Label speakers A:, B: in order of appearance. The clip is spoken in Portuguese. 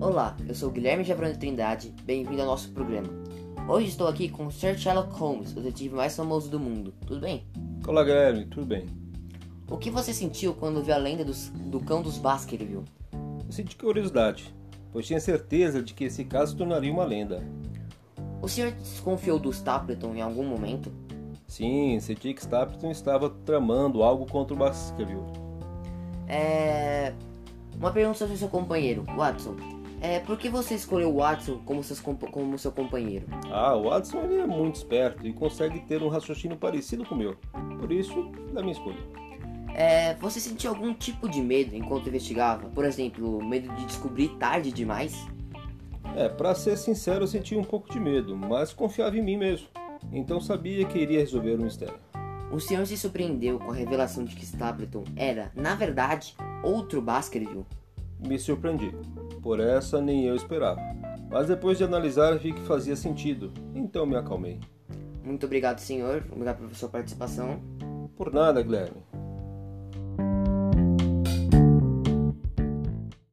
A: Olá, eu sou Guilherme Gevrano Trindade, bem-vindo ao nosso programa. Hoje estou aqui com Sir Sherlock Holmes, o detetive mais famoso do mundo. Tudo bem?
B: Olá, Guilherme, tudo bem?
A: O que você sentiu quando viu a lenda dos- do cão dos Baskerville?
B: Eu senti curiosidade, pois tinha certeza de que esse caso se tornaria uma lenda.
A: O senhor desconfiou dos Tapleton em algum momento?
B: Sim, senti que Stapleton estava tramando algo contra o Baskerville.
A: É. Uma pergunta sobre seu companheiro, Watson. É, por que você escolheu o Watson como, seus compa- como seu companheiro?
B: Ah, o Watson ele é muito esperto e consegue ter um raciocínio parecido com o meu. Por isso, da minha escolha.
A: É, você sentiu algum tipo de medo enquanto investigava? Por exemplo, medo de descobrir tarde demais?
B: É, pra ser sincero, eu senti um pouco de medo, mas confiava em mim mesmo. Então sabia que iria resolver o mistério.
A: O senhor se surpreendeu com a revelação de que Stapleton era, na verdade, outro Baskerville?
B: Me surpreendi. Por essa nem eu esperava. Mas depois de analisar, vi que fazia sentido. Então me acalmei.
A: Muito obrigado, senhor. Obrigado pela sua participação.
B: Por nada, Guilherme.